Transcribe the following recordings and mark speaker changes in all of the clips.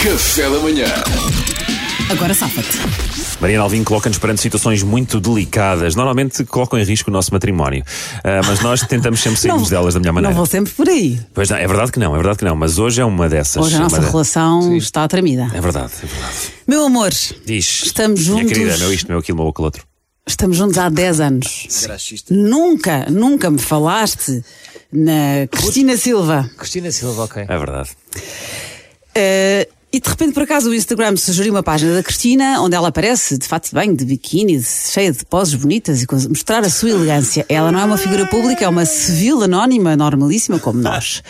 Speaker 1: Café da manhã.
Speaker 2: Agora safa-te.
Speaker 3: Mariana Alvim coloca-nos perante situações muito delicadas. Normalmente colocam em risco o nosso matrimónio. Ah, mas nós tentamos sempre sairmos delas da melhor maneira.
Speaker 2: Não vou sempre por aí.
Speaker 3: Pois não, é verdade que não, é verdade que não. Mas hoje é uma dessas.
Speaker 2: Hoje a
Speaker 3: É
Speaker 2: nossa
Speaker 3: uma de-
Speaker 2: relação está tremida.
Speaker 3: É verdade, é verdade.
Speaker 2: Meu amor,
Speaker 3: Diz.
Speaker 2: Estamos
Speaker 3: minha
Speaker 2: juntos.
Speaker 3: querida, meu isto, meu aquilo, meu aquilo outro.
Speaker 2: estamos juntos há 10 anos.
Speaker 4: Graxista.
Speaker 2: Nunca, nunca me falaste na Cristina Silva.
Speaker 4: Cristina Silva, ok.
Speaker 3: É verdade.
Speaker 2: Eh, e de repente, por acaso, o Instagram sugeriu uma página da Cristina, onde ela aparece de fato de banho, de biquíni, de- cheia de poses bonitas e coisas, mostrar a sua elegância. Ela não é uma figura pública, é uma civil anónima, normalíssima, como nós.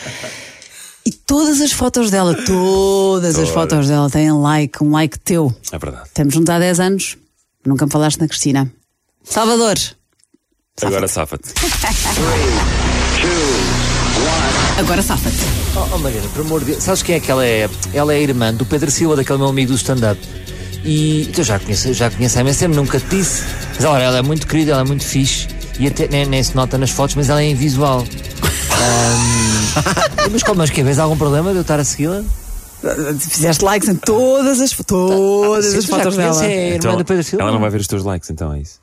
Speaker 2: E todas as fotos dela, todas as fotos dela têm like, um like teu.
Speaker 3: É verdade.
Speaker 2: Estamos juntos há 10 anos, nunca me falaste na Cristina. Salvador,
Speaker 3: Agora safa-te.
Speaker 2: agora safa-te.
Speaker 4: Oh, oh Mariana, por amor de Deus, sabes quem é que ela é? Ela é a irmã do Pedro Silva, daquele meu amigo do stand-up. E eu já conheço, já conheço há imenso tempo, nunca te disse. Mas olha, ela é muito querida, ela é muito fixe. E até nem, nem se nota nas fotos, mas ela é invisual. Ahm, mas como, mas que vez algum problema de eu estar a segui-la?
Speaker 2: Fizeste likes em todas as, todas
Speaker 4: Sim,
Speaker 2: as
Speaker 4: tu já
Speaker 2: fotos
Speaker 4: conheces,
Speaker 2: dela.
Speaker 4: É a irmã do Pedro Silva?
Speaker 3: então, ela não vai ver os teus likes, então é isso.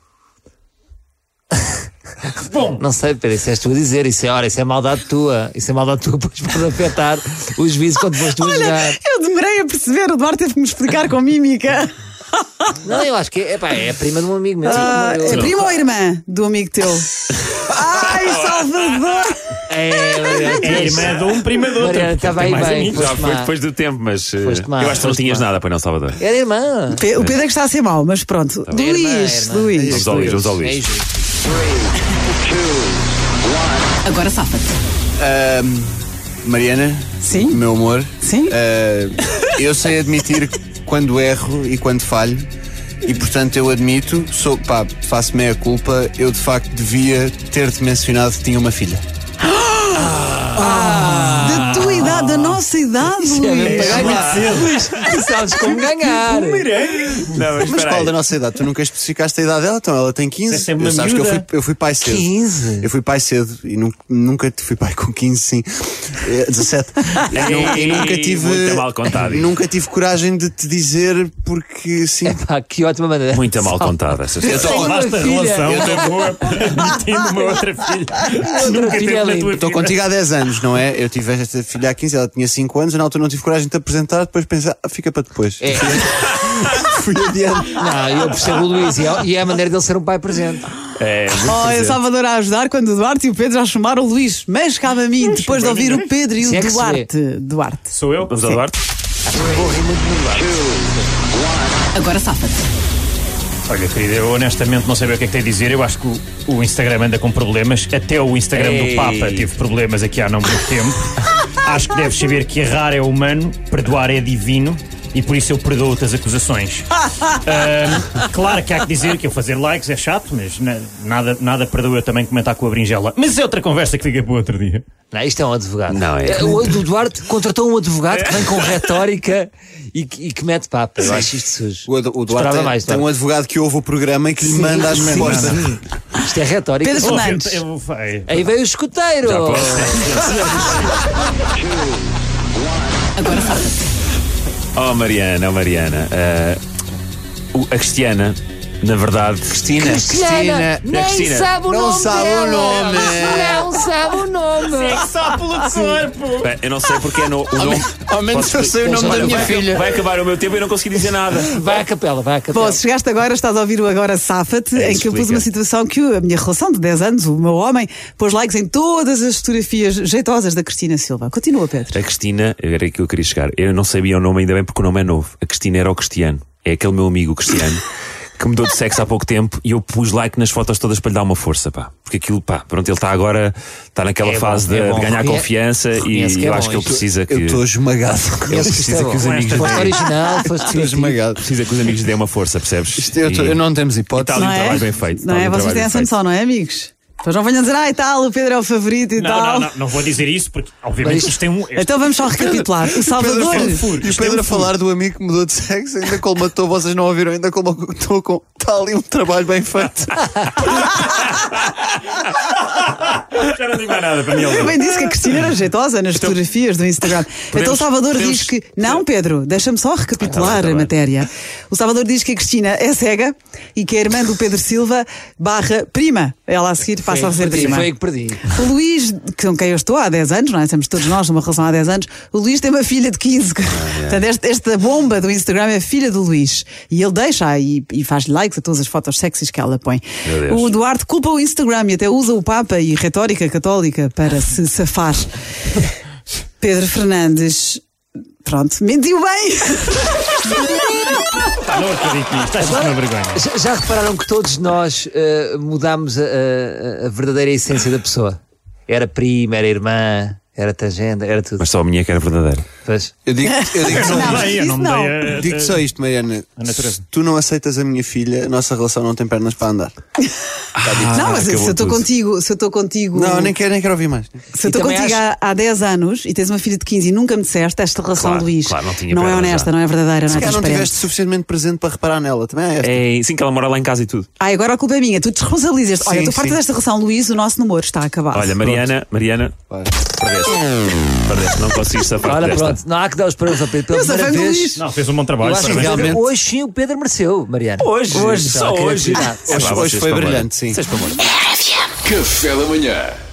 Speaker 4: Não sei, Pedro, isso és tu a dizer. Isso é, ora, isso é maldade tua. Isso é maldade tua, pois para afetar os juízes quando foste tu a jogar.
Speaker 2: Olha, eu demorei a perceber, o Eduardo teve que me explicar com mímica.
Speaker 4: Não, eu acho que é, epá, é a prima de um amigo meu.
Speaker 2: Ah,
Speaker 4: Eu-
Speaker 2: é prima ou irmã do amigo teu? Ai, Salvador!
Speaker 4: É, Mariana,
Speaker 3: É irmã de um, prima de
Speaker 4: outro. Mariana, estava aí bem,
Speaker 3: Já
Speaker 4: foste
Speaker 3: um foi
Speaker 4: má.
Speaker 3: depois do tempo, mas. eh,
Speaker 4: Foste má,
Speaker 3: eu acho que não
Speaker 4: foste
Speaker 3: tinhas
Speaker 4: má.
Speaker 3: nada, para não, Salvador.
Speaker 4: Era irmã.
Speaker 2: Pe- O Pedro é que está a ser mau, mas pronto.
Speaker 4: É irmã, é
Speaker 2: Luís,
Speaker 4: irmã.
Speaker 2: Luís.
Speaker 3: Vamos ao Luís, vamos ao
Speaker 4: É
Speaker 3: Luís.
Speaker 4: justo.
Speaker 2: Agora safa-te.
Speaker 5: Mariana,
Speaker 2: Sim?
Speaker 5: meu amor,
Speaker 2: Sim?
Speaker 4: É.
Speaker 5: eh, eu sei admitir quando erro e quando falho. E portanto eu admito, sou, pá, faço meia culpa, eu de facto devia ter-te mencionado que tinha uma filha.
Speaker 2: Da tua idade, da nossa idade,
Speaker 4: É
Speaker 6: É
Speaker 2: Luís.
Speaker 4: Para ganhar. Luís, tu sabes como ganhar.
Speaker 3: É? Não, mas
Speaker 5: Mas
Speaker 3: espera
Speaker 5: qual
Speaker 3: aí.
Speaker 5: da nossa idade? Tu nunca especificaste a idade dela, então ela tem 15.
Speaker 6: sempre
Speaker 5: Eu
Speaker 6: uma
Speaker 5: sabes que eu fui,
Speaker 6: miúda.
Speaker 5: eu fui pai cedo.
Speaker 4: 15?
Speaker 5: Eu fui pai cedo e nunca, nunca te fui pai com 15, sim. Eh, 17. e, nu- e nunca tive.
Speaker 3: Muito mal contado.
Speaker 5: Nunca tive coragem de te dizer porque sim.
Speaker 4: Pá, que ótima maneira.
Speaker 3: Muito mal contada essa história.
Speaker 5: Então,
Speaker 6: Basta a
Speaker 4: Filha.
Speaker 6: relação da boa metendo uma outra filha. Nunca teve
Speaker 4: filha
Speaker 6: na
Speaker 4: linda.
Speaker 6: tua
Speaker 5: Estou
Speaker 6: vida.
Speaker 5: contigo há 10 anos, não é? Eu tive esta filha há 15, ela tinha 5 anos, eu na altura não tive coragem de te apresentar, depois pensar, "Ah, fica para depois.
Speaker 4: É.
Speaker 5: Fui adiante.
Speaker 4: Não, eu percebo o Luís e é, e é a maneira dele ser um pai presente.
Speaker 3: É, muito
Speaker 2: Olha,
Speaker 3: presente.
Speaker 2: Salvador a ajudar quando o Duarte e o Pedro já chamaram o Luís. Mas cabe a mim, depois de ouvir o Pedro e
Speaker 4: Se é
Speaker 2: o
Speaker 4: que se vê.
Speaker 2: Duarte. Duarte.
Speaker 6: Sou eu?
Speaker 3: Vamos ao Duarte?
Speaker 2: Agora safa-te.
Speaker 6: Olha, querida, eu honestamente não sei bem o que é que tem a dizer. Eu acho que o, o Instagram anda com problemas. Até o Instagram
Speaker 4: Ei.
Speaker 6: do Papa teve problemas aqui há não muito tempo. acho que deves saber que errar é humano, perdoar é divino. E por isso eu perdoo-te as acusações. Ahm, claro que há que dizer que eu fazer likes é chato, mas na- nada, nada perdoa eu também comentar com a berinjela. Mas é outra conversa que fica para outro dia.
Speaker 4: Não, isto é um advogado.
Speaker 3: Não, é.
Speaker 4: O, o Duarte contratou um advogado que vem com retórica e, que- e que mete papo. Eu acho isto sujo.
Speaker 5: O, Edu- o Duarte
Speaker 4: Esperava
Speaker 5: é-
Speaker 4: mais,
Speaker 5: tem
Speaker 4: Duarte.
Speaker 5: um advogado que ouve o programa e que lhe manda as respostas. um
Speaker 4: Isto é retórica.
Speaker 2: Pedro
Speaker 6: Oh,
Speaker 2: Fernandes.
Speaker 6: eu- eu- ai,
Speaker 4: Aí veio o escuteiro.
Speaker 2: Agora safa-te.
Speaker 3: Oh Mariana, oh Mariana. eh, o- a Cristiana, na verdade. é
Speaker 5: Cristina,
Speaker 4: Cristiana, nem
Speaker 3: Cristina.
Speaker 4: sabe o
Speaker 5: Não
Speaker 4: nome
Speaker 5: sabe o
Speaker 4: dela.
Speaker 5: nome.
Speaker 4: Não sabe o nome.
Speaker 6: Só pelo corpo!
Speaker 3: Bem, eu não sei porque é no, o nome.
Speaker 5: Ao menos eu sei o nome da minha
Speaker 3: vai,
Speaker 5: filha.
Speaker 3: vai acabar o meu tempo e eu não consegui dizer nada.
Speaker 4: Vai à capela, vai à capela.
Speaker 2: Bom, se chegaste agora, estás a ouvir o Agora Safa-te,
Speaker 3: Então. É,
Speaker 2: em que eu pus
Speaker 3: explica.
Speaker 2: uma situação que a minha relação de 10 anos, o meu homem, pôs likes em todas as fotografias jeitosas da Cristina Silva. Continua, Pedro.
Speaker 3: A Cristina, era aí que eu queria chegar. Eu não sabia o nome ainda bem porque o nome é novo. A Cristina era o Cristiano. É aquele meu amigo o Cristiano que mudou de sexo há pouco tempo e eu pus like nas fotos todas para lhe dar uma força, pá. Porque aquilo, pá, pronto, ele está agora, está naquela
Speaker 4: É bom,
Speaker 3: fase de,
Speaker 4: é bom.
Speaker 3: de ganhar
Speaker 4: Reconhe-
Speaker 3: confiança e
Speaker 4: reconhece que é
Speaker 3: eu
Speaker 4: bom
Speaker 3: acho que ele
Speaker 4: isto.
Speaker 3: precisa que.
Speaker 5: Eu estou esmagado.
Speaker 4: Conheço que isto
Speaker 3: precisa
Speaker 4: é bom.
Speaker 3: que os amigos
Speaker 4: Foste
Speaker 3: dele.
Speaker 4: original, foste
Speaker 5: Estou
Speaker 4: criativo.
Speaker 5: esmagado.
Speaker 3: Precisa que os amigos lhe deem uma força, percebes?
Speaker 5: Isto, eu, tô-
Speaker 3: E-
Speaker 5: eu não temos
Speaker 3: e tal,
Speaker 5: hipótese.
Speaker 3: e um
Speaker 2: é?
Speaker 3: trabalho bem feito.
Speaker 2: Não
Speaker 3: tal, e
Speaker 2: é?
Speaker 3: um
Speaker 2: Vocês
Speaker 3: trabalho
Speaker 2: têm
Speaker 3: bem
Speaker 2: essa
Speaker 3: feito.
Speaker 2: noção, não é, amigos? Pois não venham dizer, ai tal, o Pedro é o favorito e
Speaker 6: Não,
Speaker 2: tal.
Speaker 6: não, não, não vou dizer isso porque, obviamente,
Speaker 4: Mas-
Speaker 6: isto tem um.
Speaker 2: Então vamos só recapitular. O Salvador.
Speaker 6: Pedro é um furo.
Speaker 5: E o
Speaker 6: Isto é um
Speaker 5: Pedro a
Speaker 6: furo.
Speaker 5: falar do amigo que mudou de sexo, ainda colmatou, vocês não ouviram, ainda colmatou com. Está ali um trabalho bem feito.
Speaker 6: Já não digo mais nada
Speaker 5: é
Speaker 6: para mim.
Speaker 5: um
Speaker 2: Eu bem disse que a Cristina era jeitosa nas fotografias do Instagram. então o Salvador
Speaker 3: podemos-
Speaker 2: diz que. Não, Pedro, deixa-me só recapitular a matéria. O Salvador diz que a Cristina é cega e que a irmã do Pedro Silva barra prima. Ela a seguir passa a
Speaker 4: foi,
Speaker 2: ser
Speaker 4: perdi,
Speaker 2: prima.
Speaker 4: foi aí que perdi.
Speaker 2: O Luís, com quem eu estou há 10 anos, não é? Estamos todos nós numa relação há 10 anos. O Luís tem uma filha de 15.
Speaker 3: Ah, é.
Speaker 2: Portanto, este- esta bomba do Instagram é filha do Luís. E ele deixa e, e faz likes a todas as fotos sexys que ela põe.
Speaker 3: Meu Deus.
Speaker 2: O Duarte culpa o Instagram e até usa o Papa e retórica católica para se safar. Pedro Fernandes. Pronto, mentiu bem.
Speaker 6: Não acredito nisto, estás uma vergonha.
Speaker 4: Já, já repararam que todos nós eh, mudámos a, a- a verdadeira essência da pessoa? Era prima, era irmã, era tangenda, era tudo.
Speaker 3: Mas só a minha que era verdadeira.
Speaker 4: Pois.
Speaker 5: Eu digo, eu digo só
Speaker 2: Não,
Speaker 5: isto.
Speaker 6: Bem, eu
Speaker 2: isso
Speaker 6: não me
Speaker 2: não.
Speaker 6: dei a-
Speaker 5: Digo só isto, Mariana.
Speaker 6: natureza.
Speaker 5: Se tu não aceitas a minha filha, a nossa relação não tem pernas para andar.
Speaker 2: não, mas se
Speaker 3: Ah, acabou
Speaker 2: eu estou
Speaker 3: tudo.
Speaker 2: contigo, se eu estou contigo.
Speaker 5: Não, nem quero, nem quero ouvir mais.
Speaker 2: Se eu
Speaker 4: E
Speaker 2: estou
Speaker 4: também
Speaker 2: contigo há, há 10 anos e tens uma filha de 15 e nunca me disseste, esta relação,
Speaker 3: Claro,
Speaker 2: Luís,
Speaker 3: claro, não tinha
Speaker 2: é
Speaker 3: pernas,
Speaker 2: honesta,
Speaker 3: já.
Speaker 2: não é verdadeira, não
Speaker 5: Se
Speaker 2: é
Speaker 5: calhar não
Speaker 2: transparente.
Speaker 5: tiveste suficientemente presente para reparar nela, também é esta.
Speaker 3: É, sim, que ela mora lá em casa e tudo.
Speaker 2: Ah, agora a culpa é minha, tu desresponsabilizas. Olha,
Speaker 5: Sim,
Speaker 2: eu estou farta
Speaker 5: sim.
Speaker 2: desta relação, Luís, o nosso namoro está a acabar.
Speaker 3: Olha, Mariana, Mariana, perdeste. Perdeste, não conseguiste safar
Speaker 4: Olha,
Speaker 3: desta.
Speaker 4: pronto, não há que dar os parabéns ao Pedro pela
Speaker 2: Eu sou
Speaker 4: primeira
Speaker 2: fã do
Speaker 4: vez.
Speaker 2: Luís.
Speaker 6: Não, fez um bom
Speaker 4: Eu
Speaker 6: trabalho.
Speaker 4: acho que
Speaker 6: parabéns.
Speaker 4: realmente... hoje sim o Pedro mereceu, Mariana.
Speaker 3: Hoje,
Speaker 4: Hoje,
Speaker 3: só
Speaker 4: só
Speaker 3: hoje.
Speaker 4: criatividade.
Speaker 5: Hoje-
Speaker 3: pá,
Speaker 5: hoje
Speaker 3: vocês estão
Speaker 5: foi
Speaker 3: bem.
Speaker 5: brilhante, sim.
Speaker 3: Vocês estão bem.
Speaker 1: Café da Manhã